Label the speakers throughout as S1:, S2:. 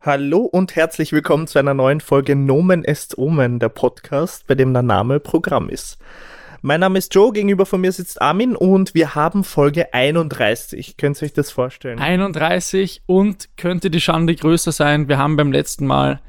S1: Hallo und herzlich willkommen zu einer neuen Folge Nomen est Omen, der Podcast, bei dem der Name Programm ist. Mein Name ist Joe, gegenüber von mir sitzt Armin und wir haben Folge 31. Könnt ihr euch das vorstellen?
S2: 31 und könnte die Schande größer sein. Wir haben beim letzten Mal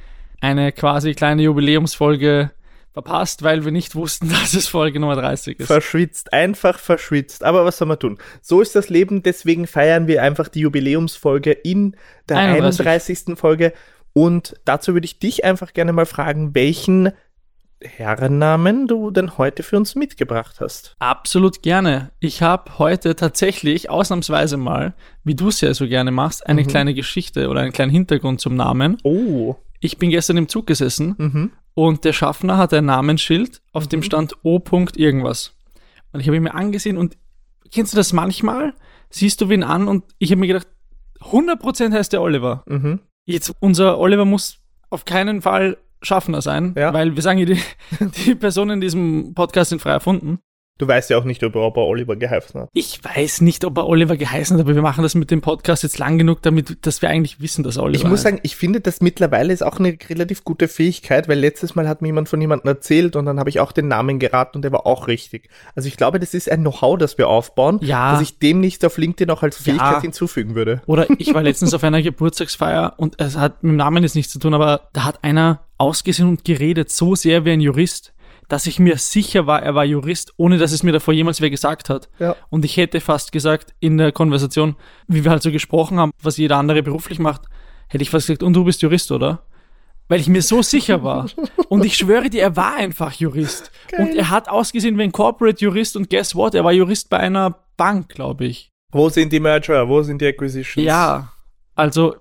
S2: eine quasi kleine Jubiläumsfolge verpasst, weil wir nicht wussten, dass es Folge Nummer 30 ist.
S1: Verschwitzt, einfach verschwitzt. Aber was soll man tun? So ist das Leben, deswegen feiern wir einfach die Jubiläumsfolge in der
S2: 31.
S1: 31. Folge. Und dazu würde ich dich einfach gerne mal fragen, welchen Herrennamen du denn heute für uns mitgebracht hast.
S2: Absolut gerne. Ich habe heute tatsächlich ausnahmsweise mal, wie du es ja so gerne machst, eine kleine Geschichte oder einen kleinen Hintergrund zum Namen.
S1: Oh.
S2: Ich bin gestern im Zug gesessen
S1: Mhm.
S2: und der Schaffner hatte ein Namensschild, auf dem stand O. Punkt irgendwas. Und ich habe ihn mir angesehen und kennst du das manchmal? Siehst du wen an und ich habe mir gedacht, 100% heißt der Oliver.
S1: Mhm.
S2: Jetzt, unser Oliver muss auf keinen Fall Schaffner sein,
S1: Ja.
S2: weil wir sagen, ja, die, die Personen in diesem Podcast sind frei erfunden.
S1: Du weißt ja auch nicht, ob er ob er Oliver geheißen hat.
S2: Ich weiß nicht, ob er Oliver geheißen hat, aber wir machen das mit dem Podcast jetzt lang genug, damit, dass wir eigentlich wissen, dass er Oliver
S1: Ich muss
S2: heißt.
S1: sagen, ich finde das mittlerweile ist auch eine relativ gute Fähigkeit, weil letztes Mal hat mir jemand von jemandem erzählt und dann habe ich auch den Namen geraten und der war auch richtig. Also ich glaube, das ist ein Know-how, das wir aufbauen,
S2: Ja.
S1: dass ich dem nicht auf LinkedIn auch als Fähigkeit
S2: Ja.
S1: hinzufügen würde.
S2: Oder ich war letztens auf einer Geburtstagsfeier und es hat mit dem Namen jetzt nichts zu tun, aber da hat einer ausgesehen und geredet so sehr wie ein Jurist, dass ich mir sicher war, er war Jurist, ohne dass es mir davor jemals wer gesagt hat.
S1: Ja.
S2: Und ich hätte fast gesagt, in der Konversation, wie wir halt so gesprochen haben, was jeder andere beruflich macht, hätte ich fast gesagt, und du bist Jurist, oder? Weil ich mir so sicher war. Und ich schwöre dir, er war einfach Jurist. Und er hat ausgesehen wie ein Corporate-Jurist und guess what? Er war Jurist bei einer Bank, glaube ich.
S1: Wo sind die Merger? Wo sind die Acquisitions?
S2: Ja, also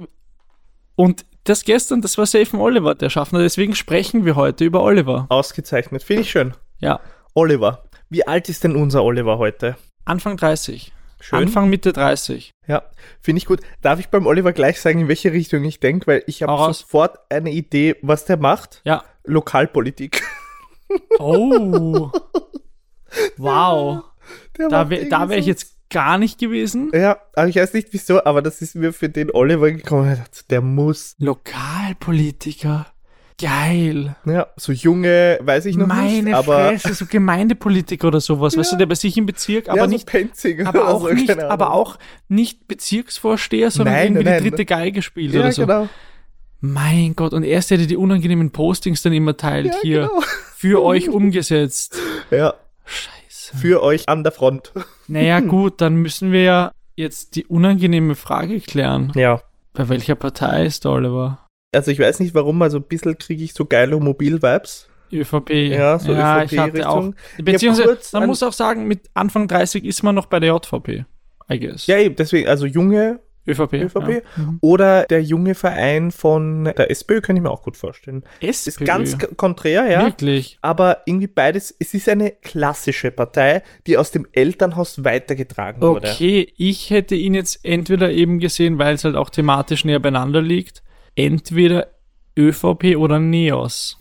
S2: und das gestern, das war safe ein Oliver, der Schaffner. Deswegen sprechen wir heute über Oliver.
S1: Ausgezeichnet. Finde ich schön.
S2: Ja,
S1: Oliver. Wie alt ist denn unser Oliver heute?
S2: Anfang 30.
S1: Schön.
S2: Anfang Mitte 30.
S1: Ja, finde ich gut. Darf ich beim Oliver gleich sagen, in welche Richtung ich denke? Weil ich
S2: Hau
S1: habe
S2: raus.
S1: sofort eine Idee, was der macht.
S2: Ja.
S1: Lokalpolitik.
S2: Oh. wow.
S1: Der
S2: Da
S1: macht
S2: wäre da
S1: irgendwie
S2: wär ich
S1: so-
S2: jetzt gar nicht gewesen.
S1: Ja, aber ich weiß nicht wieso, aber das ist mir für den Oliver gekommen. Ich dachte, Der muss.
S2: Lokalpolitiker. Geil.
S1: Ja, ne, so junge, weiß ich noch
S2: Meine
S1: nicht. Aber
S2: Fresse, so Gemeindepolitiker oder sowas, weißt du, der bei sich im Bezirk, aber
S1: ja,
S2: nicht
S1: so Penzing
S2: aber
S1: oder
S2: auch
S1: so,
S2: nicht,
S1: keine
S2: aber
S1: Ahnung.
S2: auch nicht Bezirksvorsteher, sondern
S1: Nein,
S2: irgendwie
S1: nein, ne.
S2: die dritte Geige spielt
S1: Ja,
S2: oder so.
S1: genau.
S2: Mein Gott, und erst hätte die unangenehmen Postings dann immer teilt
S1: Ja,
S2: hier
S1: genau.
S2: für euch umgesetzt.
S1: Ja,
S2: Scheiße.
S1: für euch an der Front.
S2: Naja,
S1: Hm.
S2: gut, dann müssen wir ja jetzt die unangenehme Frage klären.
S1: Ja.
S2: Bei welcher Partei ist der Oliver?
S1: Also ich weiß nicht warum, also ein bisschen kriege ich so geile Mobil-Vibes.
S2: ÖVP.
S1: Ja, so
S2: ich hatte auch.
S1: ÖVP-Richtung.
S2: Beziehungsweise,
S1: kurz
S2: man
S1: an-
S2: muss auch sagen, mit Anfang 30 ist man noch bei der JVP. I guess.
S1: Ja, eben, deswegen, also junge
S2: ÖVP.
S1: ÖVP
S2: Ja. Mhm.
S1: oder der junge Verein von der SPÖ, kann ich mir auch gut vorstellen. Ist
S2: SPÖ.
S1: ganz k- konträr, ja.
S2: Wirklich.
S1: aber irgendwie beides, es ist eine klassische Partei, die aus dem Elternhaus weitergetragen wurde.
S2: Okay, ich hätte ihn jetzt entweder eben gesehen, weil es halt auch thematisch näher beieinander liegt, entweder ÖVP oder Neos.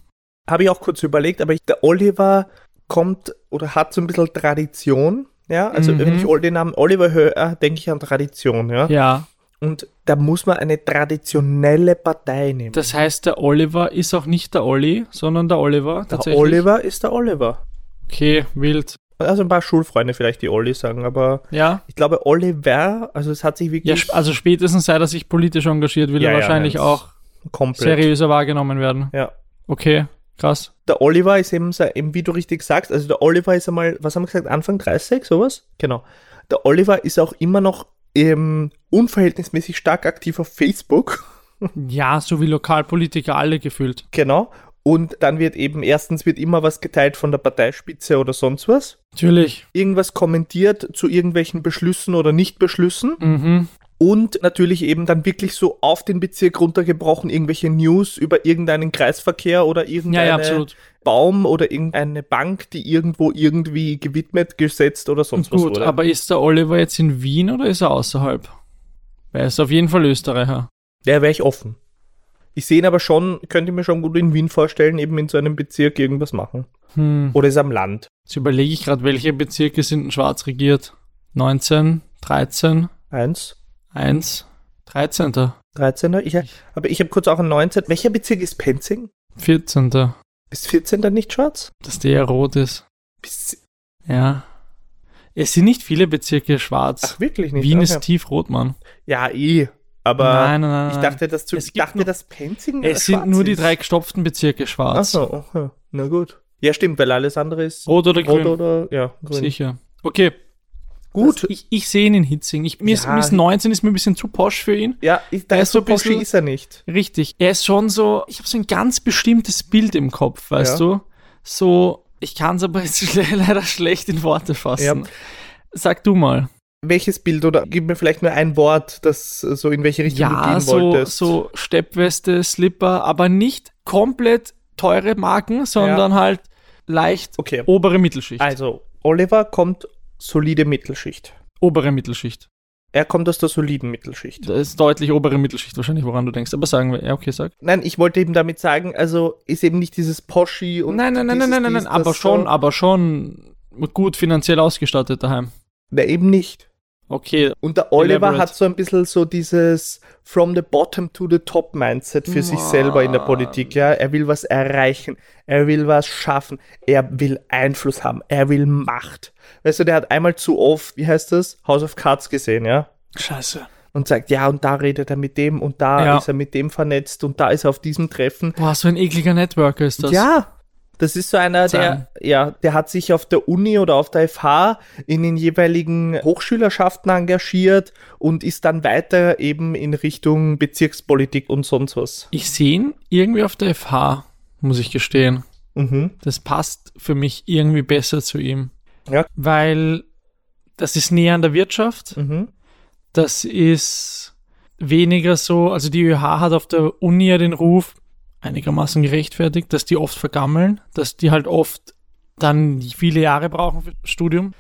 S1: Habe ich auch kurz überlegt, aber ich, der Oliver kommt oder hat so ein bisschen Tradition. Ja, also
S2: Mhm.
S1: wenn ich all den Namen Oliver höre, denke ich an Tradition, ja?
S2: Ja,
S1: Und da muss man eine traditionelle Partei nehmen.
S2: das heißt, der Oliver ist auch nicht der Olli, sondern der Oliver
S1: der
S2: tatsächlich.
S1: Oliver ist der Oliver.
S2: Okay, wild.
S1: Also ein paar Schulfreunde vielleicht, die Olli sagen, aber
S2: Ja.
S1: ich glaube Oliver, also es hat sich
S2: Ja,
S1: wirklich
S2: sp- also spätestens sei, dass ich politisch engagiert will,
S1: Ja,
S2: er
S1: ja,
S2: wahrscheinlich
S1: nein,
S2: auch
S1: komplett.
S2: seriöser wahrgenommen werden.
S1: Ja.
S2: Okay, krass.
S1: der Oliver ist eben, se- eben, wie du richtig sagst, also der Oliver ist einmal, was haben wir gesagt, Anfang 30, sowas? Genau. Der Oliver ist auch immer noch ähm, unverhältnismäßig stark aktiv auf Facebook.
S2: Ja, so wie Lokalpolitiker alle gefühlt.
S1: Genau. Und dann wird eben, erstens wird immer was geteilt von der Parteispitze oder sonst was.
S2: Natürlich.
S1: Irgendwas kommentiert zu irgendwelchen Beschlüssen oder Nichtbeschlüssen.
S2: Mhm.
S1: Und natürlich eben dann wirklich so auf den Bezirk runtergebrochen, irgendwelche News über irgendeinen Kreisverkehr oder
S2: Ja,
S1: irgendeine
S2: ja, absolut.
S1: Baum oder irgendeine Bank, die irgendwo irgendwie gewidmet, gesetzt oder sonst was
S2: Gut,
S1: wurde.
S2: aber ist der Oliver jetzt in Wien oder ist er außerhalb? Er ist auf jeden Fall Österreicher.
S1: Der wäre ich offen. Ich sehe ihn aber schon, könnte ich mir schon gut in Wien vorstellen, eben in so einem Bezirk irgendwas machen.
S2: Hm.
S1: Oder ist am Land.
S2: Jetzt überlege ich gerade, welche Bezirke sind denn schwarz regiert? 19, 13,
S1: Eins.
S2: 1, 13.
S1: 13. Ich, aber ich habe kurz auch einen 19. Welcher Bezirk ist Penzing?
S2: 14. Dass
S1: Ist 14. nicht schwarz?
S2: der ja rot ist.
S1: Bis,
S2: Ja. Es sind nicht viele Bezirke schwarz.
S1: ach, wirklich nicht?
S2: Wien
S1: okay.
S2: ist tiefrot, Mann.
S1: Ja, eh. Aber
S2: nein, nein, nein.
S1: ich
S2: nein.
S1: dachte, dass, zu,
S2: Es
S1: ich
S2: gibt
S1: dachte,
S2: nur-
S1: dass Penzing
S2: es sind
S1: schwarz
S2: nur die
S1: ist.
S2: drei gestopften Bezirke
S1: Ach
S2: schwarz.
S1: so, okay. na gut. Ja, stimmt, weil alles andere ist
S2: Rot oder
S1: rot
S2: grün?
S1: oder ja, grün.
S2: Sicher. Okay, Also
S1: Gut.
S2: ich, ich sehe ihn in Hitzing. Ich, mir, ist,
S1: Ja.
S2: mir ist 19 ist mir ein bisschen zu posch für ihn.
S1: ja, ich, da
S2: Er
S1: ist
S2: ist so
S1: so
S2: ein bisschen-
S1: Porsche ist er nicht.
S2: Richtig. Er ist schon so, ich habe so ein ganz bestimmtes Bild im Kopf, weißt du? So, ich kann es aber jetzt schle leider schlecht in Worte fassen.
S1: Ja.
S2: Sag du mal.
S1: Welches Bild oder gib mir vielleicht nur ein Wort, das äh, so in welche Richtung du
S2: Ja,
S1: gehen
S2: so,
S1: wolltest.
S2: so Steppweste, Slipper, aber nicht komplett teure Marken, sondern halt leicht
S1: Okay.
S2: obere Mittelschicht.
S1: Also, Oliver kommt solide Mittelschicht.
S2: obere Mittelschicht.
S1: Er kommt aus der soliden Mittelschicht.
S2: Das ist deutlich obere Mittelschicht wahrscheinlich, woran du denkst. Aber sagen wir, ja, okay, sag.
S1: Nein, ich wollte eben damit sagen, also ist eben nicht dieses Poschi und
S2: Nein, nein, nein,
S1: dieses,
S2: nein, nein, nein,
S1: dies,
S2: nein, aber
S1: das,
S2: schon,
S1: äh,
S2: aber schon gut finanziell ausgestattet daheim.
S1: Na, eben nicht.
S2: Okay,
S1: Und der Oliver
S2: Elaborate.
S1: hat so ein bisschen so dieses from the bottom to the top Mindset für sich selber in der Politik, ja. Er will was erreichen, er will was schaffen, er will Einfluss haben, er will Macht. Weißt du, der hat einmal zu oft, wie heißt das, House of Cards gesehen, ja.
S2: scheiße.
S1: Und sagt, ja, und da redet er mit dem und da
S2: Ja.
S1: ist er mit dem vernetzt und da ist er auf diesem Treffen.
S2: Boah, so ein ekliger Networker ist das.
S1: Ja, das ist so einer,
S2: Sein.
S1: der, ja, der hat sich auf der Uni oder auf der FH in den jeweiligen Hochschülerschaften engagiert und ist dann weiter eben in Richtung Bezirkspolitik und sonst was.
S2: Ich sehe ihn irgendwie auf der FH, muss ich gestehen.
S1: Mhm.
S2: Das passt für mich irgendwie besser zu ihm.
S1: Ja.
S2: Weil das ist näher an der Wirtschaft.
S1: Mhm.
S2: Das ist weniger so, also die ÖH hat auf der Uni ja den Ruf, einigermaßen gerechtfertigt, dass die oft vergammeln, dass die halt oft dann viele Jahre brauchen für Studium.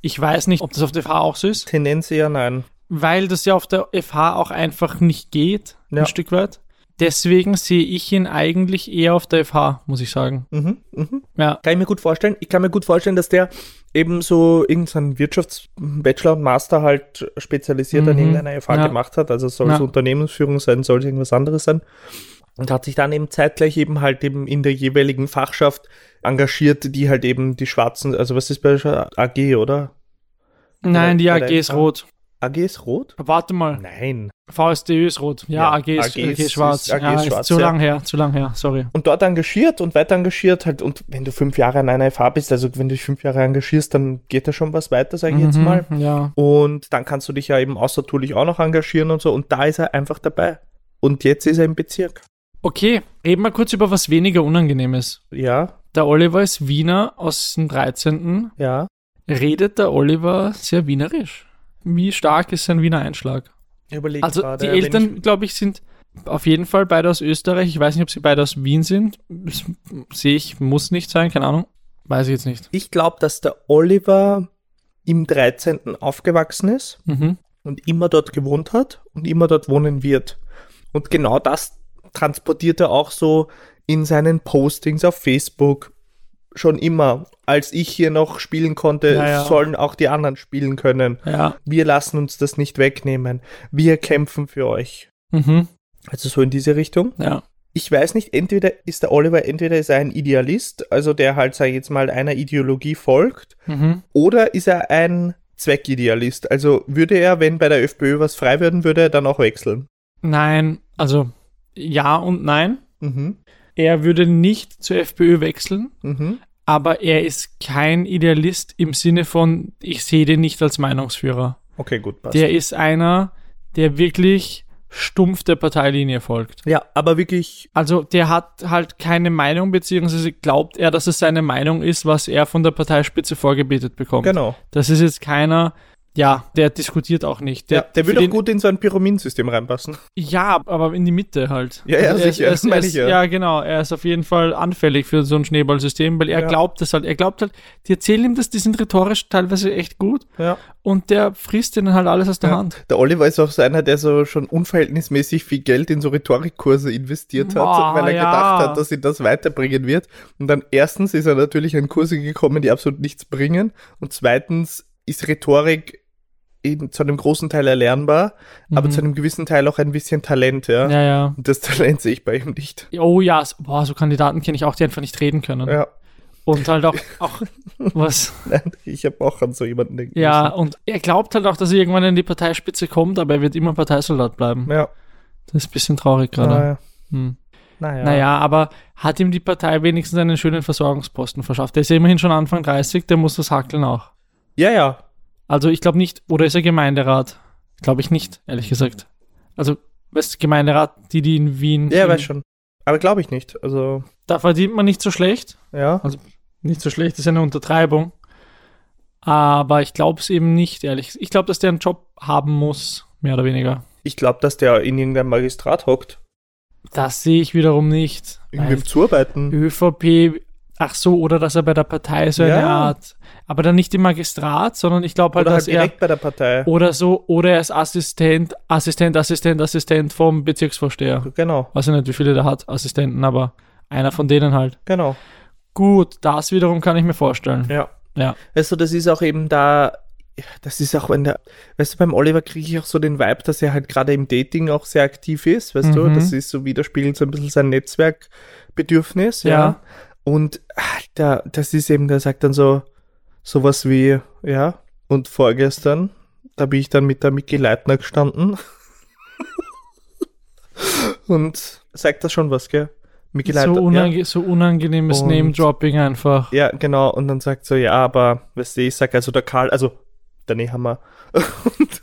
S2: Ich weiß nicht, ob das auf der FH auch so ist.
S1: Tendenz eher nein.
S2: weil das ja auf der FH auch einfach nicht geht,
S1: Ja.
S2: ein Stück weit. Deswegen sehe ich ihn eigentlich eher auf der FH, muss ich sagen.
S1: Mhm. Mhm.
S2: Ja,
S1: Kann ich mir gut vorstellen. Ich kann mir gut vorstellen, dass der eben so irgendeinen Wirtschaftsbachelor und Master halt spezialisiert an
S2: Mhm.
S1: irgendeiner FH
S2: Ja.
S1: gemacht hat. Also soll es
S2: Ja.
S1: Unternehmensführung sein, soll es irgendwas anderes sein. Und hat sich dann eben zeitgleich eben halt eben in der jeweiligen Fachschaft engagiert, die halt eben die Schwarzen, also was ist bei der AG, oder?
S2: nein, die
S1: bei der
S2: AG ist
S1: FH.
S2: rot.
S1: AG ist rot?
S2: Warte mal,
S1: Nein.
S2: VSDÖ ist rot. Ja,
S1: Ja,
S2: AG, ist, AG, ist, schwarz.
S1: AG
S2: ja,
S1: ist
S2: ist
S1: schwarz,
S2: zu
S1: ja.
S2: lang her, zu lang her, sorry.
S1: Und dort engagiert und weiter engagiert halt. Und wenn du fünf Jahre an einer FH bist, also wenn du dich fünf Jahre engagierst, dann geht da schon was weiter, sage ich jetzt
S2: Mhm,
S1: mal.
S2: Ja,
S1: Und dann kannst du dich ja eben außertourlich auch noch engagieren und so. Und da ist er einfach dabei. Und jetzt ist er im Bezirk.
S2: okay, reden wir kurz über was weniger Unangenehmes.
S1: Ja,
S2: Der Oliver ist Wiener aus dem 13.
S1: ja.
S2: Redet der Oliver sehr wienerisch? Wie stark ist sein Wiener Einschlag?
S1: Ich überlege
S2: Also
S1: gerade.
S2: die
S1: wenn
S2: Eltern, glaube ich, sind auf jeden Fall beide aus Österreich. Ich weiß nicht, ob sie beide aus Wien sind. Das Sehe ich, muss nicht sein, keine Ahnung. Weiß ich jetzt nicht.
S1: Ich, ich glaube, dass der Oliver im 13. aufgewachsen ist
S2: Mhm.
S1: und immer dort gewohnt hat und immer dort wohnen wird. Und genau das transportiert er auch so in seinen Postings auf Facebook schon immer. Als ich hier noch spielen konnte,
S2: Ja, ja.
S1: sollen auch die anderen spielen können.
S2: Ja.
S1: Wir lassen uns das nicht wegnehmen. Wir kämpfen für euch.
S2: Mhm.
S1: Also so in diese Richtung.
S2: Ja.
S1: Ich weiß nicht, entweder ist der Oliver, entweder ist er ein Idealist, also der halt, sag ich jetzt mal, einer Ideologie folgt,
S2: Mhm.
S1: oder ist er ein Zweckidealist. Also würde er, wenn bei der FPÖ was frei werden, würde er dann auch wechseln.
S2: Nein, also ja und nein.
S1: Mhm.
S2: Er würde nicht zur FPÖ wechseln,
S1: Mhm.
S2: aber er ist kein Idealist im Sinne von, ich sehe den nicht als Meinungsführer.
S1: Okay, gut, passt.
S2: Der ist einer, der wirklich stumpf der Parteilinie folgt.
S1: ja, aber wirklich,
S2: Also der hat halt keine Meinung, beziehungsweise glaubt er, dass es seine Meinung ist, was er von der Parteispitze vorgebetet bekommt.
S1: genau.
S2: Das ist jetzt keiner, ja, der diskutiert auch nicht.
S1: Der, der
S2: für
S1: würde auch
S2: den-
S1: gut in so ein Pyramidensystem reinpassen.
S2: Ja, aber in die Mitte halt.
S1: Ja, ja,
S2: er ist-
S1: sicher,
S2: Er ist, er
S1: meine
S2: ist,
S1: ich ja.
S2: ja. genau. Er ist auf jeden Fall anfällig für so ein Schneeballsystem, weil er
S1: Ja.
S2: glaubt das halt. Er glaubt halt, die erzählen ihm das, die sind rhetorisch teilweise echt gut
S1: Ja.
S2: und der frisst ihnen halt alles aus der
S1: Ja.
S2: Hand.
S1: Der Oliver ist auch so einer, der so schon unverhältnismäßig viel Geld in so Rhetorikkurse investiert hat,
S2: Boah,
S1: weil er
S2: ja.
S1: gedacht hat, dass ihn das weiterbringen wird. Und dann erstens ist er natürlich an Kurse gekommen, die absolut nichts bringen. Und zweitens ist Rhetorik eben zu einem großen Teil erlernbar, aber
S2: Mhm.
S1: zu einem gewissen Teil auch ein bisschen Talent, ja.
S2: Ja, ja.
S1: Und Das Talent sehe ich bei ihm nicht.
S2: Oh ja, so- boah, so Kandidaten kenne ich auch, die einfach nicht reden können.
S1: Ja,
S2: Und halt auch, auch was.
S1: nein, ich habe auch an so jemanden denken
S2: Ja, und er glaubt halt auch, dass er irgendwann in die Parteispitze kommt, aber er wird immer Parteisoldat bleiben.
S1: müssen. Ja,
S2: Das ist ein bisschen traurig gerade.
S1: naja.
S2: Hm.
S1: naja.
S2: Naja, aber hat ihm die Partei wenigstens einen schönen Versorgungsposten verschafft? Der ist ja immerhin schon Anfang 30, der muss das hackeln auch.
S1: Ja, ja.
S2: Also ich glaube nicht, oder ist er Gemeinderat? Glaube ich nicht, ehrlich gesagt. Also, weißt du, Gemeinderat, die, die in Wien
S1: Ja,
S2: sind,
S1: weiß schon. Aber glaube ich nicht. Also,
S2: da verdient man nicht so schlecht.
S1: ja.
S2: nicht so schlecht, ist eine Untertreibung. Aber ich glaube es eben nicht, ehrlich. Ich glaube, dass der einen Job haben muss, mehr oder weniger.
S1: Ich glaube, dass der in irgendeinem Magistrat hockt.
S2: Das sehe ich wiederum nicht.
S1: Irgendwie
S2: Nein.
S1: zuarbeiten.
S2: ÖVP, ach so, oder dass er bei der Partei so eine
S1: Ja.
S2: Art, aber dann nicht im Magistrat, sondern ich glaube halt,
S1: Oder
S2: dass
S1: halt
S2: er,
S1: direkt bei der Partei.
S2: oder so, oder er ist Assistent, Assistent, Assistent, Assistent vom Bezirksvorsteher.
S1: Genau,
S2: Weiß ich nicht, wie viele der hat, Assistenten, aber einer von denen halt.
S1: genau.
S2: Gut, das wiederum kann ich mir vorstellen.
S1: Ja.
S2: Ja.
S1: Weißt du, das ist auch eben da, das ist auch, wenn der, weißt du, beim Oliver kriege ich auch so den Vibe, dass er halt gerade im Dating auch sehr aktiv ist, weißt du,
S2: Mhm.
S1: das ist so widerspiegelt so ein bisschen sein Netzwerkbedürfnis, ja.
S2: Ja.
S1: Und da, das ist eben, der sagt dann so, sowas wie, ja, und vorgestern, da bin ich dann mit der Micky Leitner gestanden und sagt da schon was, gell? Micky
S2: So,
S1: ja.
S2: unange so unangenehmes
S1: Und-
S2: Name-Dropping einfach.
S1: Ja, genau. Und dann sagt so, ja, aber, weißt du, ich sag also der Karl, also der Nehammer. und,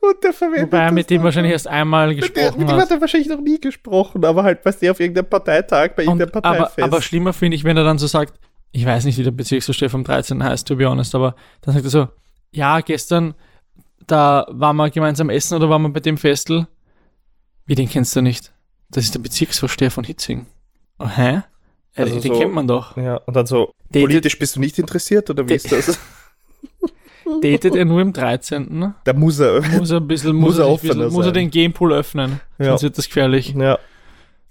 S1: und der verwendet
S2: Wobei er
S1: das
S2: mit dem
S1: dann-
S2: wahrscheinlich erst einmal
S1: mit dem,
S2: gesprochen
S1: mit dem hat
S2: hat.
S1: er wahrscheinlich noch nie gesprochen, aber halt, weißt du, auf irgendeinem Parteitag, bei irgendeinem
S2: Und, aber,
S1: Parteifest.
S2: aber schlimmer finde ich, wenn er dann so sagt, ich weiß nicht, wie der Bezirksvorsteher vom 13. heißt, to be honest, aber dann sagt er so, ja, gestern, da waren wir gemeinsam essen oder waren wir bei dem Festel. Wie, den kennst du nicht? Das ist der Bezirksvorsteher von Hitzing. Oh, hä? Äh,
S1: Also
S2: den
S1: so-
S2: kennt man doch.
S1: ja, und dann so,
S2: Datet,
S1: politisch bist du nicht interessiert oder wie
S2: Der-
S1: ist das?
S2: datet er nur im 13. ne?
S1: Da muss er.
S2: Muss er ein bisschen,
S1: Muss
S2: muss,
S1: er
S2: er, sich ein
S1: offener
S2: bisschen, muss er
S1: sein.
S2: den Gamepool öffnen,
S1: Ja.
S2: sonst wird das gefährlich.
S1: ja,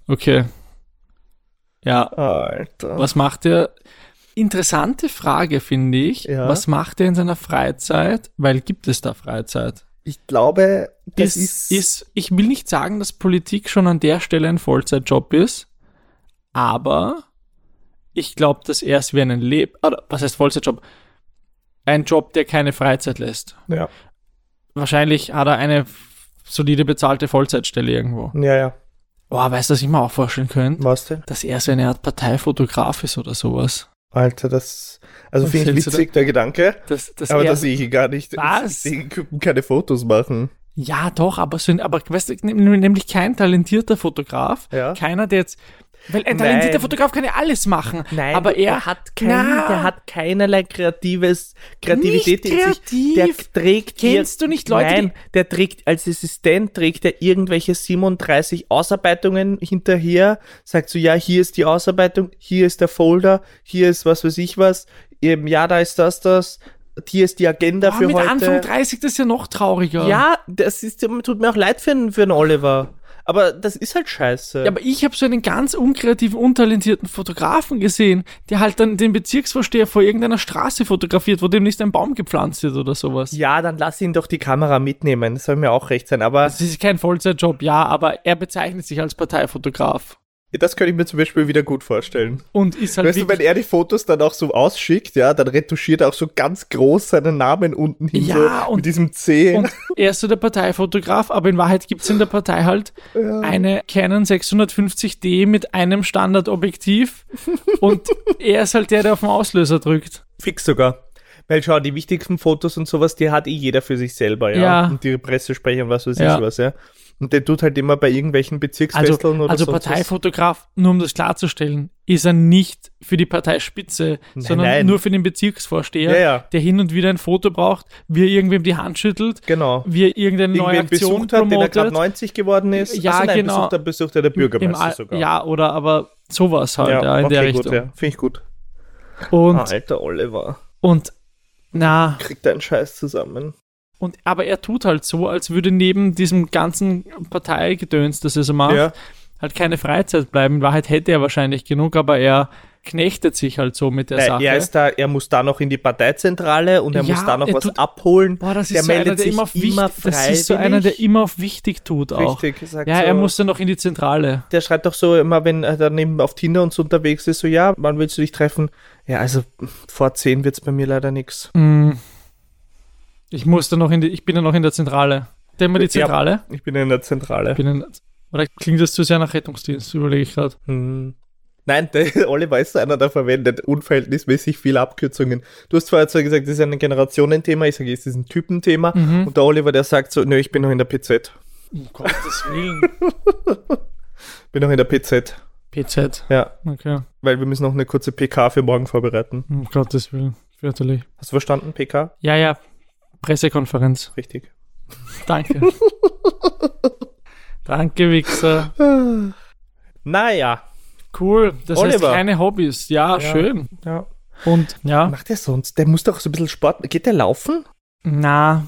S2: Okay. Ja,
S1: Alter.
S2: Was macht er? Interessante Frage, finde ich.
S1: Ja.
S2: Was macht er in seiner Freizeit? Weil gibt es da Freizeit?
S1: Ich glaube, das ist,
S2: ist, ich will nicht sagen, dass Politik schon an der Stelle ein Vollzeitjob ist, aber ich glaube, dass er es wie einen Leb, oder was heißt Vollzeitjob? Ein Job, der keine Freizeit lässt.
S1: ja,
S2: Wahrscheinlich hat er eine solide bezahlte Vollzeitstelle irgendwo.
S1: ja, ja.
S2: Boah, weißt du, was ich mir auch vorstellen könnte?
S1: Was denn?
S2: Dass er so eine Art Parteifotograf ist oder sowas.
S1: Alter, das, also
S2: Was
S1: finde ich
S2: hältst du da-
S1: witzig, der Gedanke.
S2: Dass, dass
S1: Aber
S2: er-
S1: das sehe ich gar nicht.
S2: Was?
S1: Die Typen keine Fotos machen.
S2: Ja, doch, aber, so, ein- aber weißt du, nem- nämlich kein talentierter Fotograf.
S1: Ja.
S2: Keiner, der jetzt. Weil ein talentierter
S1: Nein.
S2: Fotograf kann ja alles machen. aber er
S1: hat
S2: kein- der
S1: hat keinerlei kreatives
S2: Kreativität Nicht in sich. kreativ.
S1: trägt
S2: Kennst du nicht Leute, Nein,
S1: der trägt als Assistent trägt er irgendwelche 37 Ausarbeitungen hinterher. Sagt so, ja, hier ist die Ausarbeitung, hier ist der Folder, hier ist was weiß ich was. Eben, ja, da ist das, das. Hier ist die Agenda
S2: Boah,
S1: für
S2: ah, mit
S1: heute.
S2: Anfang 30, das ist ja noch trauriger.
S1: Ja, das ist, tut mir auch leid für, den- für den Oliver. Aber das ist halt scheiße.
S2: Ja, Aber ich habe so einen ganz unkreativen, untalentierten Fotografen gesehen, der halt dann den Bezirksvorsteher vor irgendeiner Straße fotografiert, wo demnächst ein Baum gepflanzt wird oder sowas.
S1: ja, dann lass ihn doch die Kamera mitnehmen. Das soll mir auch recht sein. Aber
S2: Das ist kein Vollzeitjob, ja, aber er bezeichnet sich als Parteifotograf.
S1: das könnte ich mir zum Beispiel wieder gut vorstellen.
S2: Und ist halt
S1: Weißt du,
S2: wirklich-
S1: wenn er die Fotos dann auch so ausschickt, ja, dann retuschiert er auch so ganz groß seinen Namen unten hin,
S2: Ja,
S1: so
S2: und-
S1: mit diesem C.
S2: Und er ist so der Parteifotograf, aber in Wahrheit gibt es in der Partei halt eine Canon 650D mit einem Standardobjektiv und er ist halt der, der auf den Auslöser drückt.
S1: Fix sogar. Weil schau, die wichtigsten Fotos und sowas, die hat eh jeder für sich selber, ja.
S2: Ja.
S1: Und die Pressesprecher und was weiß
S2: Ja.
S1: ich was, ja. Und der tut halt immer bei irgendwelchen
S2: Also,
S1: Bezirksfesteln oder
S2: also
S1: sonst was.
S2: Parteifotograf, nur um das klarzustellen, ist er nicht für die Parteispitze, sondern
S1: nein.
S2: nur für den Bezirksvorsteher,
S1: Ja, ja.
S2: der hin und wieder ein Foto braucht, wie er irgendwem die Hand schüttelt,
S1: Genau.
S2: wie er irgendeine neue
S1: irgendwen
S2: Aktion
S1: besucht hat, den er gerade
S2: promotet.
S1: 90 geworden ist.
S2: Ja,
S1: Achso, nein,
S2: genau.
S1: Besucht, dann besucht er der
S2: Im
S1: Bürgermeister
S2: Al-
S1: sogar.
S2: Ja, oder aber sowas halt, ja, in der
S1: gut,
S2: Richtung.
S1: ja. Finde ich gut.
S2: Und,
S1: Ah, Alter Oliver,
S2: und na,
S1: kriegt einen Scheiß zusammen.
S2: Und, aber er tut halt so, als würde neben diesem ganzen Parteigedöns, das er so macht,
S1: Ja,
S2: halt keine Freizeit bleiben. In Wahrheit hätte er wahrscheinlich genug, aber er knechtet sich halt so mit der
S1: Nein,
S2: Sache.
S1: Äh, er, ist da, er muss da noch in die Parteizentrale und er
S2: Ja,
S1: muss da noch
S2: er
S1: was
S2: tut-
S1: abholen.
S2: Boah, das ist
S1: der
S2: so
S1: meldet
S2: einer, der
S1: sich
S2: immer auf
S1: immer
S2: wichtig, das ist so einer, der
S1: freiwillig.
S2: immer auf wichtig tut auch.
S1: Richtig, sagt
S2: Ja,
S1: so,
S2: er muss dann noch in die Zentrale.
S1: Der schreibt doch so immer, wenn er daneben auf Tinder und so unterwegs ist, so, ja, wann willst du dich treffen? Ja, also vor 10 wird's bei mir leider nix.
S2: Hm. Ich muss dann noch in die, ich bin dann noch in der Zentrale. Denn mal die
S1: Ja.
S2: Zentrale.
S1: Ich bin in der Zentrale.
S2: Bin in, oder klingt das zu sehr nach Rettungsdienst, überlege ich gerade.
S1: Hm. Nein, der Oliver ist so einer, der verwendet unverhältnismäßig viele Abkürzungen. Du hast vorher zwar gesagt, das ist ein Generationenthema, ich sage, es ist ein Typenthema.
S2: Mhm.
S1: Und der Oliver, der sagt so, nö, ich bin noch in der PZ.
S2: Um Gottes Willen.
S1: Bin noch in der PZ.
S2: PZ.
S1: Ja,
S2: Okay.
S1: weil wir müssen noch eine kurze PK für morgen vorbereiten.
S2: Um Gottes Willen. Fürchterlich.
S1: Hast du verstanden, PK?
S2: Ja, ja. Pressekonferenz.
S1: Richtig.
S2: Danke. Danke, Wichser. Ah.
S1: Naja.
S2: Cool. Das
S1: Oliver.
S2: heißt keine Hobbys. Ja, schön.
S1: Ja.
S2: Und ja.
S1: Macht der sonst? Der muss doch so ein bisschen Sport. Geht der laufen?
S2: Na,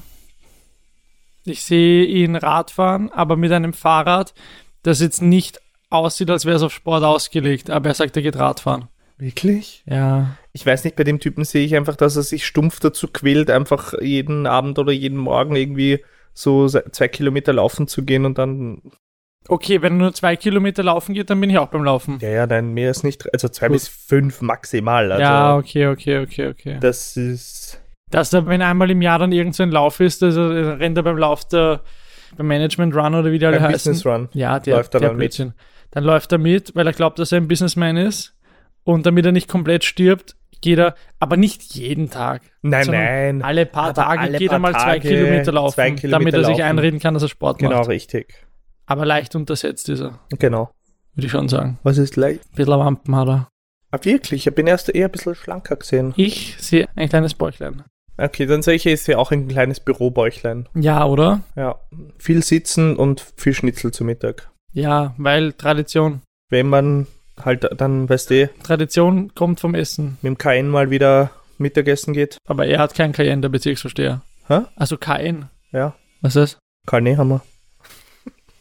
S2: ich sehe ihn Radfahren, aber mit einem Fahrrad, das jetzt nicht aussieht, als wäre es auf Sport ausgelegt. Aber er sagt, er geht Radfahren.
S1: Wirklich?
S2: Ja.
S1: Ich weiß nicht, bei dem Typen sehe ich einfach, dass er sich stumpf dazu quält, einfach jeden Abend oder jeden Morgen irgendwie so se- zwei Kilometer laufen zu gehen und dann.
S2: Okay, wenn er nur zwei Kilometer laufen geht, dann bin ich auch beim Laufen.
S1: Ja, ja, nein, mehr ist nicht. Also zwei
S2: Gut.
S1: bis fünf maximal. Also
S2: ja, okay, okay, okay, okay.
S1: Das ist.
S2: Dass da, wenn einmal im Jahr dann irgend so ein Lauf ist, also er rennt er beim Lauf der, beim Management Run oder wie die alle
S1: Ein
S2: heißen.
S1: Business Run.
S2: Ja, der,
S1: Läuft er
S2: der
S1: dann mit?
S2: Blödsinn. Dann läuft er mit, weil er glaubt, dass er ein Businessman ist. Und damit er nicht komplett stirbt, geht er, aber nicht jeden Tag.
S1: Nein,
S2: sondern
S1: nein.
S2: Alle paar
S1: Aber
S2: Tage
S1: alle
S2: geht
S1: paar
S2: er mal zwei
S1: Tage,
S2: Kilometer laufen,
S1: zwei Kilometer
S2: damit er sich
S1: laufen.
S2: einreden kann, dass er Sport
S1: Genau,
S2: macht.
S1: richtig.
S2: Aber leicht untersetzt ist er,
S1: Genau.
S2: würde ich schon sagen.
S1: Was ist leicht?
S2: Ein bisschen Wampen hat er.
S1: Ah, wirklich? Ich bin erst eher ein bisschen schlanker gesehen.
S2: Ich sehe ein kleines Bäuchlein.
S1: Okay, dann sehe ich, ist ja auch ein kleines Bürobäuchlein.
S2: Ja, oder?
S1: Ja. Viel sitzen und viel Schnitzel zu Mittag.
S2: Ja, weil Tradition.
S1: Wenn man halt dann, weißt du, mit
S2: Tradition kommt vom Essen.
S1: dem Kain mal wieder Mittagessen geht.
S2: Aber er hat keinen Cayenne, der Bezirksversteher.
S1: Hä?
S2: Also kein.
S1: Ja.
S2: Was ist das?
S1: Karl Nehammer.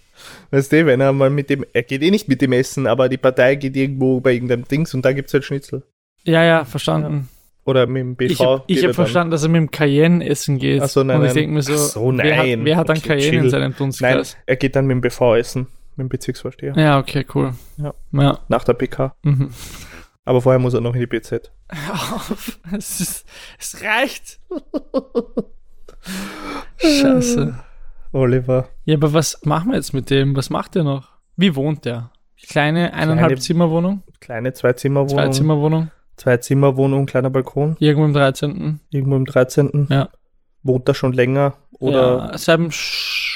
S1: Weißt du, wenn er mal mit dem, er geht eh nicht mit dem Essen, aber die Partei geht irgendwo bei irgendeinem Dings und da gibt's halt Schnitzel.
S2: Ja, ja, verstanden.
S1: Oder mit dem BV.
S2: Ich habe
S1: geht er
S2: hab
S1: dann.
S2: verstanden, dass er mit dem Cayenne essen geht.
S1: Ach so, nein,
S2: Und ich
S1: nein.
S2: denke mir so,
S1: Ach so,
S2: Wer, hat,
S1: nein.
S2: wer hat einen
S1: Okay,
S2: Cayenne in
S1: chill.
S2: seinem
S1: Nein,
S2: Dunstkreis?
S1: er geht dann mit dem BV essen, mit dem Bezirksvorsteher.
S2: Ja, okay, cool.
S1: Ja.
S2: ja.
S1: Nach der PK.
S2: Mhm.
S1: Aber vorher muss er noch in die BZ.
S2: es, ist, es reicht. Scheiße.
S1: Oliver.
S2: Ja, aber was machen wir jetzt mit dem? Was macht er noch? Wie wohnt der? Kleine
S1: Kleine-
S2: eineinhalb Zimmerwohnung?
S1: Kleine Zwei-Zimmer-Wohnung.
S2: Zwei Zimmerwohnung?
S1: Zwei-Zimmer-Wohnung, kleiner Balkon.
S2: Irgendwo im 13.
S1: Irgendwo im 13.
S2: Ja.
S1: Wohnt er schon länger? Oder
S2: ja, seit dem Sch-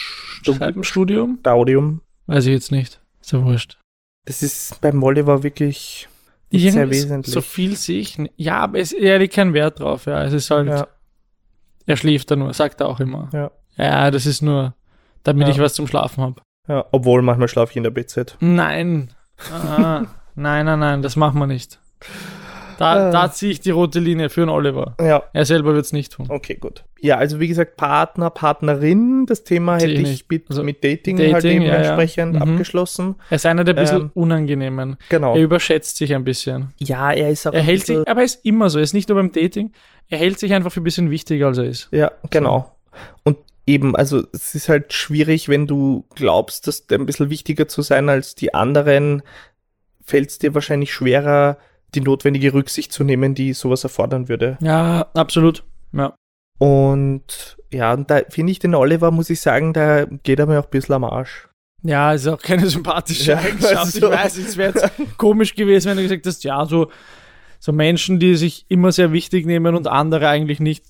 S2: seit dem Studium?
S1: Daudium?
S2: Weiß ich jetzt nicht. Ist ja wurscht.
S1: Das ist beim Oliver wirklich. Nicht
S2: Irgend-
S1: sehr wesentlich.
S2: So viel sehe ich nicht. Ja, aber es, er legt keinen Wert drauf. Ja, es ist halt,
S1: Ja,
S2: er schläft da nur, sagt er auch immer.
S1: Ja.
S2: ja das ist nur, damit
S1: Ja.
S2: ich was zum Schlafen habe.
S1: ja. Obwohl, manchmal schlafe ich in der BZ.
S2: Nein. Ah, nein, nein, nein, das machen wir nicht. Da,
S1: Äh.
S2: da ziehe ich die rote Linie für den Oliver.
S1: Ja.
S2: Er selber wird es nicht tun.
S1: Okay, gut. Ja, also wie gesagt, Partner, Partnerin, das Thema
S2: Sehe
S1: hätte
S2: ich
S1: ich
S2: nicht.
S1: mit,
S2: Also
S1: mit Dating, halt
S2: Dating,
S1: eben
S2: ja, ja.
S1: entsprechend
S2: Mhm.
S1: abgeschlossen.
S2: Er ist einer der bisschen
S1: Ähm.
S2: unangenehmen.
S1: Genau.
S2: Er überschätzt sich ein bisschen.
S1: Ja, er ist auch.
S2: Er
S1: ein
S2: hält
S1: bisschen-
S2: sich, aber er ist immer so. Er ist nicht nur beim Dating. Er hält sich einfach für ein bisschen wichtiger, als er ist.
S1: Ja, genau. Und eben, also es ist halt schwierig, wenn du glaubst, dass ein bisschen wichtiger zu sein als die anderen, fällt es dir wahrscheinlich schwerer, die notwendige Rücksicht zu nehmen, die sowas erfordern würde.
S2: Ja, absolut. Ja.
S1: Und ja, und da finde ich den Oliver, muss ich sagen, da geht er mir auch ein bisschen am Arsch.
S2: Ja, ist auch keine sympathische
S1: Ja, also
S2: Eigenschaft.
S1: weißt du.
S2: Ich weiß, es wäre jetzt komisch gewesen, wenn du gesagt hast, ja, so, so Menschen, die sich immer sehr wichtig nehmen und andere eigentlich nicht,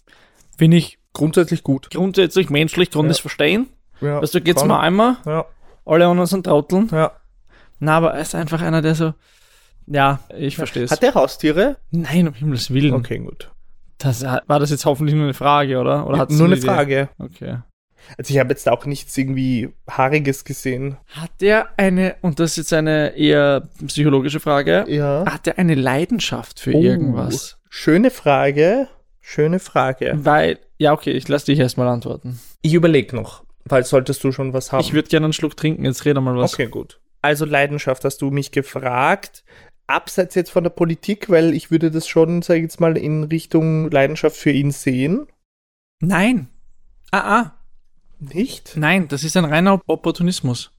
S2: finde ich
S1: Grundsätzlich gut.
S2: grundsätzlich menschlich, kann das verstehen.
S1: Ja,
S2: Weißt du, Also geht's
S1: kann-
S2: mal einmal,
S1: Ja,
S2: alle anderen sind Trotteln.
S1: ja.
S2: Na, aber er ist einfach einer, der so, ja, ich verstehe es.
S1: Hat der Haustiere?
S2: Nein, um Himmels Willen.
S1: Okay, gut.
S2: Das, war das jetzt hoffentlich nur eine Frage, oder? oder hat's
S1: Nur eine
S2: Idee?
S1: Frage.
S2: Okay.
S1: Also ich habe jetzt auch nichts irgendwie Haariges gesehen.
S2: Hat der eine, und das ist jetzt eine eher psychologische Frage,
S1: Ja.
S2: hat er eine Leidenschaft für
S1: Oh.
S2: irgendwas?
S1: Schöne Frage. Schöne Frage.
S2: Weil, ja, okay, ich lass dich erstmal antworten.
S1: Ich überlege noch, weil solltest du schon was haben.
S2: Ich würde gerne einen Schluck trinken, jetzt rede mal was.
S1: okay, gut. Also Leidenschaft hast du mich gefragt. abseits jetzt von der Politik, weil ich würde das schon, sage ich jetzt mal, in Richtung Leidenschaft für ihn sehen.
S2: Nein. Ah, ah.
S1: Nicht?
S2: Nein, das ist ein reiner Opportunismus.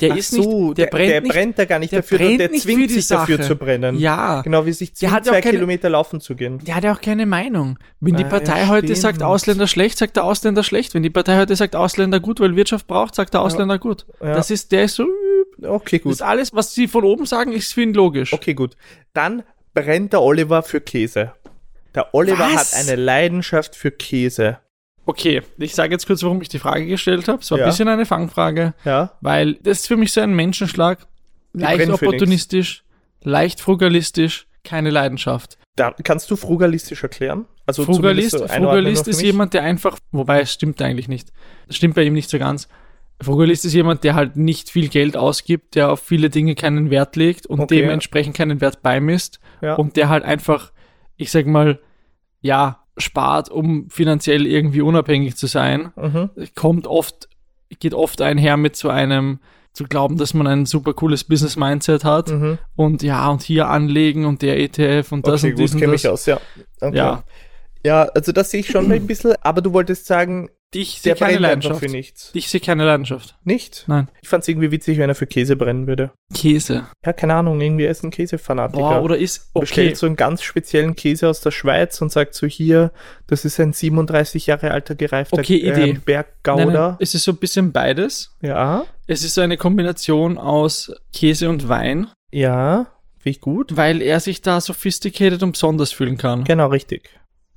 S2: Der
S1: Ach
S2: ist
S1: so,
S2: nicht, der, brennt
S1: der
S2: nicht.
S1: brennt da gar nicht
S2: der
S1: dafür,
S2: brennt
S1: der
S2: nicht für
S1: zwingt
S2: die
S1: sich dafür
S2: Sache.
S1: zu brennen.
S2: ja,
S1: Genau wie sich
S2: Der
S1: zwingt,
S2: hat ja
S1: zwei
S2: auch keine-
S1: Kilometer laufen zu gehen.
S2: der hat ja auch keine Meinung. Wenn die
S1: Ah, ja,
S2: Partei heute sagt
S1: stimmt.
S2: Ausländer schlecht, sagt der Ausländer schlecht. Wenn die Partei heute sagt Ausländer gut, weil Wirtschaft braucht, sagt der Ausländer gut.
S1: Ja.
S2: Das ist, der ist so,
S1: Okay,
S2: das
S1: gut.
S2: ist alles, was sie von oben sagen, ist für ihn logisch.
S1: Okay, gut. Dann brennt der Oliver für Käse. Der Oliver
S2: Was?
S1: hat eine Leidenschaft für Käse.
S2: Okay, ich sage jetzt kurz, warum ich die Frage gestellt habe. Es war
S1: Ja.
S2: ein bisschen eine Fangfrage,
S1: Ja?
S2: weil das ist für mich so ein Menschenschlag. Leicht
S1: brennen für
S2: opportunistisch, leicht frugalistisch, keine Leidenschaft.
S1: Da, kannst du frugalistisch erklären? Also zumindest
S2: Frugalist,
S1: so einordnen
S2: Frugalist
S1: für
S2: ist
S1: mich?
S2: jemand, der einfach, wobei es stimmt eigentlich nicht, das stimmt bei ihm nicht so ganz. Frugalist ist jemand, der halt nicht viel Geld ausgibt, der auf viele Dinge keinen Wert legt und
S1: Okay.
S2: dementsprechend keinen Wert beimisst
S1: Ja.
S2: und der halt einfach, ich sag mal, ja, spart, um finanziell irgendwie unabhängig zu sein
S1: Mhm.
S2: kommt oft, geht oft einher mit so einem, zu glauben, dass man ein super cooles Business-Mindset hat
S1: Mhm.
S2: und ja, und hier anlegen und der ETF und das
S1: Okay,
S2: und dies
S1: gut,
S2: und
S1: kenne
S2: das.
S1: mich aus, ja. Okay.
S2: Ja,
S1: ja, also das sehe ich schon ein bisschen, aber du wolltest sagen,
S2: ich sehe
S1: der
S2: keine
S1: brennt einfach
S2: Leidenschaft.
S1: für nichts.
S2: Ich sehe keine Leidenschaft.
S1: Nicht?
S2: Nein.
S1: Ich fand es irgendwie witzig, wenn er für Käse brennen würde.
S2: Käse.
S1: Ja, keine Ahnung, irgendwie er ist ein Käsefanatiker.
S2: Boah, oder ist okay.
S1: bestellt so einen ganz speziellen Käse aus der Schweiz und sagt so hier, das ist ein 37 Jahre alter gereifter
S2: Okay, Idee.
S1: ähm, Berggauder.
S2: Nein, nein, es ist so ein bisschen beides.
S1: Ja,
S2: Es ist so eine Kombination aus Käse und Wein,
S1: ja, finde ich gut.
S2: weil er sich da sophisticated und besonders fühlen kann.
S1: Genau, richtig.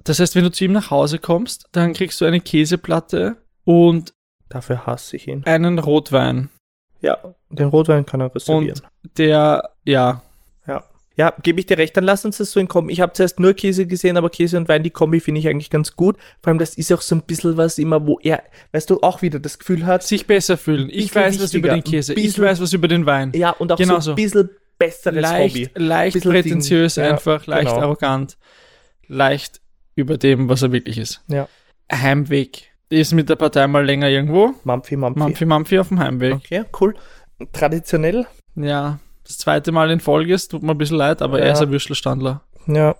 S2: Das heißt, wenn du zu ihm nach Hause kommst, dann kriegst du eine Käseplatte und
S1: Dafür hasse ich ihn.
S2: einen Rotwein.
S1: Ja, den Rotwein kann er reservieren.
S2: Und der, ja,
S1: ja. Ja, gebe ich dir recht, dann lass uns das so in Kombi. Ich habe zuerst nur Käse gesehen, aber Käse und Wein, die Kombi finde ich eigentlich ganz gut. Vor allem, das ist auch so ein bisschen was immer, wo er, weißt du, auch wieder das Gefühl hat,
S2: sich besser fühlen. Ich
S1: Bisschen
S2: weiß was über
S1: wichtiger,
S2: den Käse, ich
S1: bisschen-
S2: weiß was über den Wein.
S1: ja, und auch
S2: Genau
S1: so
S2: so.
S1: ein bisschen besseres Hobby.
S2: leicht, leicht
S1: Bisschen
S2: prätentiös
S1: Ding, ja,
S2: einfach, leicht
S1: genau.
S2: arrogant, leicht über dem, was er wirklich ist.
S1: Ja.
S2: Heimweg. Ist mit der Partei mal länger irgendwo.
S1: Mampfi, Mampfi.
S2: Mampfi, Mampfi auf dem Heimweg.
S1: Okay, cool. Traditionell
S2: Ja, das zweite Mal in Folge, es tut mir ein bisschen leid, aber
S1: Ja.
S2: er ist ein Würstelstandler.
S1: Ja,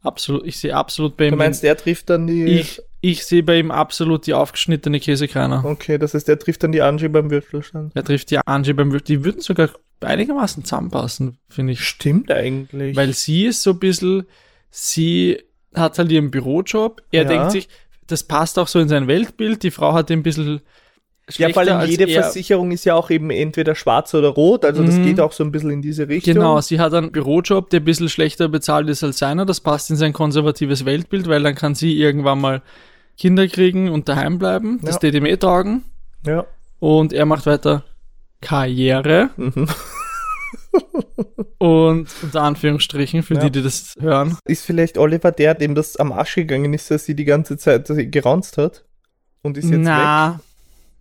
S2: Absolut, ich sehe absolut bei ihm.
S1: du meinst, der trifft dann die.
S2: ich ich sehe bei ihm absolut die aufgeschnittene Käsekreiner.
S1: Okay, das heißt, der trifft dann die Angie beim Würfelstand.
S2: Er trifft die Angie beim Wür- Die würden sogar einigermaßen zusammenpassen, finde ich.
S1: Stimmt eigentlich.
S2: Weil sie ist so ein bisschen, sie hat halt ihren Bürojob. Er
S1: Ja.
S2: denkt sich, das passt auch so in sein Weltbild. Die Frau hat ihn ein bisschen
S1: ja, vor
S2: schlechter
S1: allem
S2: als
S1: jede
S2: er.
S1: Versicherung ist ja auch eben entweder schwarz oder rot, also das
S2: Mhm.
S1: geht auch so ein bisschen in diese Richtung.
S2: Genau, sie hat einen Bürojob, der ein bisschen schlechter bezahlt ist als seiner. Das passt in sein konservatives Weltbild, weil dann kann sie irgendwann mal Kinder kriegen und daheim bleiben. Das
S1: Ja.
S2: tät ihm eh tragen.
S1: Ja.
S2: Und er macht weiter Karriere.
S1: Mhm.
S2: Und unter Anführungsstrichen, für
S1: Ja.
S2: die, die das hören,
S1: Ist vielleicht Oliver der, dem das am Arsch gegangen ist, dass sie die ganze Zeit dass sie geraunzt hat und ist jetzt weg?
S2: na,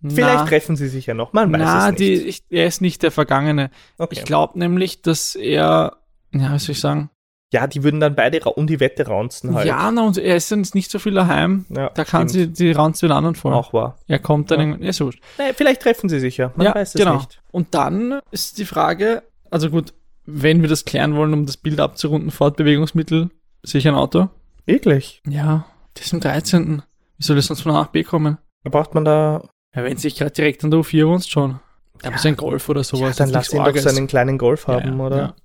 S1: Vielleicht
S2: na,
S1: treffen sie sich ja noch, man weiß
S2: na,
S1: es nicht.
S2: die, ich, er ist nicht der Vergangene.
S1: okay.
S2: Ich glaube nämlich, dass er, ja, was soll ich sagen?
S1: ja, die würden dann beide ra- um die Wette raunzen halt.
S2: Ja, na, und er ist jetzt nicht so viel daheim.
S1: Ja,
S2: Da kann
S1: stimmt.
S2: sie die Ranz wieder anderen folgen.
S1: auch wahr.
S2: Er kommt dann
S1: Ja.
S2: irgendwann. Ist so wurscht.
S1: Nee, vielleicht treffen sie sich ja, man
S2: ja,
S1: weiß es
S2: genau.
S1: nicht.
S2: Und dann ist die Frage, also gut, wenn wir das klären wollen, um das Bild abzurunden, Fortbewegungsmittel, sicher ein Auto.
S1: Wirklich?
S2: Ja, das ist am 13. Wie soll das sonst von A nach B kommen?
S1: Da braucht man da
S2: Ja, wenn sich gerade direkt an der U4 wohnst schon. Da muss ein Golf oder
S1: Ja,
S2: sowas.
S1: dann
S2: jetzt
S1: lass
S2: nichts
S1: ihn doch
S2: Arges.
S1: seinen kleinen Golf haben,
S2: Ja,
S1: oder?
S2: Ja.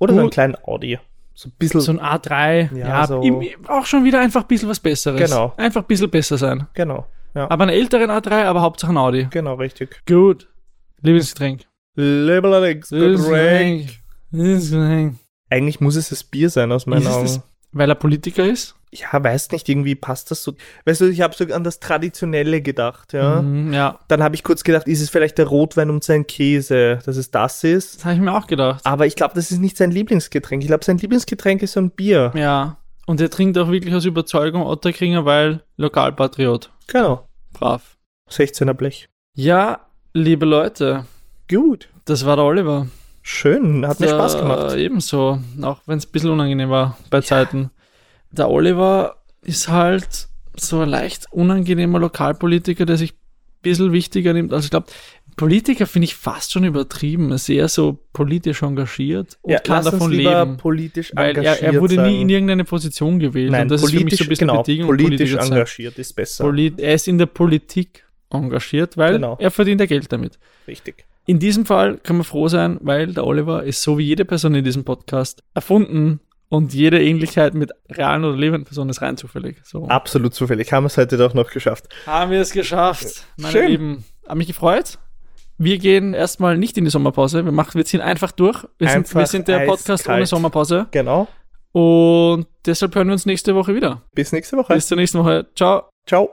S1: Oder so einen
S2: Gut.
S1: kleinen Audi. So ein bisschen.
S2: So ein A3.
S1: Ja,
S2: Ja,
S1: so-
S2: im, auch schon wieder einfach ein bisschen was Besseres.
S1: Genau.
S2: Einfach ein bisschen besser sein.
S1: genau. Ja,
S2: Aber einen älteren A3, aber Hauptsache ein Audi.
S1: genau, richtig.
S2: Gut. Lieblingsgetränk.
S1: Label Alex, good rank.
S2: Lieblingsgetränk.
S1: Eigentlich muss es das Bier sein, aus meinen
S2: Ist es
S1: Augen.
S2: das- Weil er Politiker ist?
S1: Ja, weiß nicht, irgendwie passt das so. Weißt du, ich habe so an das Traditionelle gedacht, ja.
S2: Mhm, ja.
S1: Dann habe ich kurz gedacht, ist es vielleicht der Rotwein und sein Käse, dass es das ist.
S2: Das habe ich mir auch gedacht.
S1: Aber ich glaube, das ist nicht sein Lieblingsgetränk. Ich glaube, sein Lieblingsgetränk ist so ein Bier.
S2: Ja. Und er trinkt auch wirklich aus Überzeugung Otterkringer, weil Lokalpatriot.
S1: Genau.
S2: Brav.
S1: 16er Blech.
S2: Ja, liebe Leute,
S1: Gut.
S2: das war der Oliver.
S1: Schön, hat mir
S2: Der-
S1: Spaß gemacht.
S2: Ebenso, auch wenn es ein bisschen unangenehm war bei Zeiten. Der Oliver ist halt so ein leicht unangenehmer Lokalpolitiker, der sich ein bisschen wichtiger nimmt. Also ich glaube, Politiker finde ich fast schon übertrieben. Er ist eher so politisch engagiert und
S1: Ja,
S2: kann
S1: lass uns
S2: davon
S1: lieber
S2: leben.
S1: politisch
S2: Weil er,
S1: engagiert
S2: er wurde
S1: sein.
S2: nie in irgendeine Position gewählt.
S1: Nein,
S2: und das ist für mich
S1: politisch,
S2: so ein bisschen
S1: genau,
S2: Bedingung.
S1: politisch
S2: Politiker zu sein.
S1: engagiert ist besser.
S2: Poli- er ist in der Politik engagiert, weil
S1: Genau.
S2: er verdient ja Geld damit.
S1: Richtig.
S2: In diesem Fall kann man froh sein, weil der Oliver ist so wie jede Person in diesem Podcast erfunden und jede Ähnlichkeit mit realen oder lebenden Personen ist rein zufällig. So.
S1: Absolut zufällig. Haben wir es heute doch noch geschafft.
S2: Haben wir es geschafft, meine
S1: Schön.
S2: Lieben. Hab mich gefreut. Wir gehen erstmal nicht in die Sommerpause. Wir, machen, wir ziehen einfach durch. Wir, sind, wir
S1: Einfach
S2: sind der Podcast
S1: eiskalt.
S2: ohne Sommerpause.
S1: Genau.
S2: Und deshalb hören wir uns nächste Woche wieder.
S1: Bis nächste Woche.
S2: Bis zur nächsten Woche. Ciao.
S1: Ciao.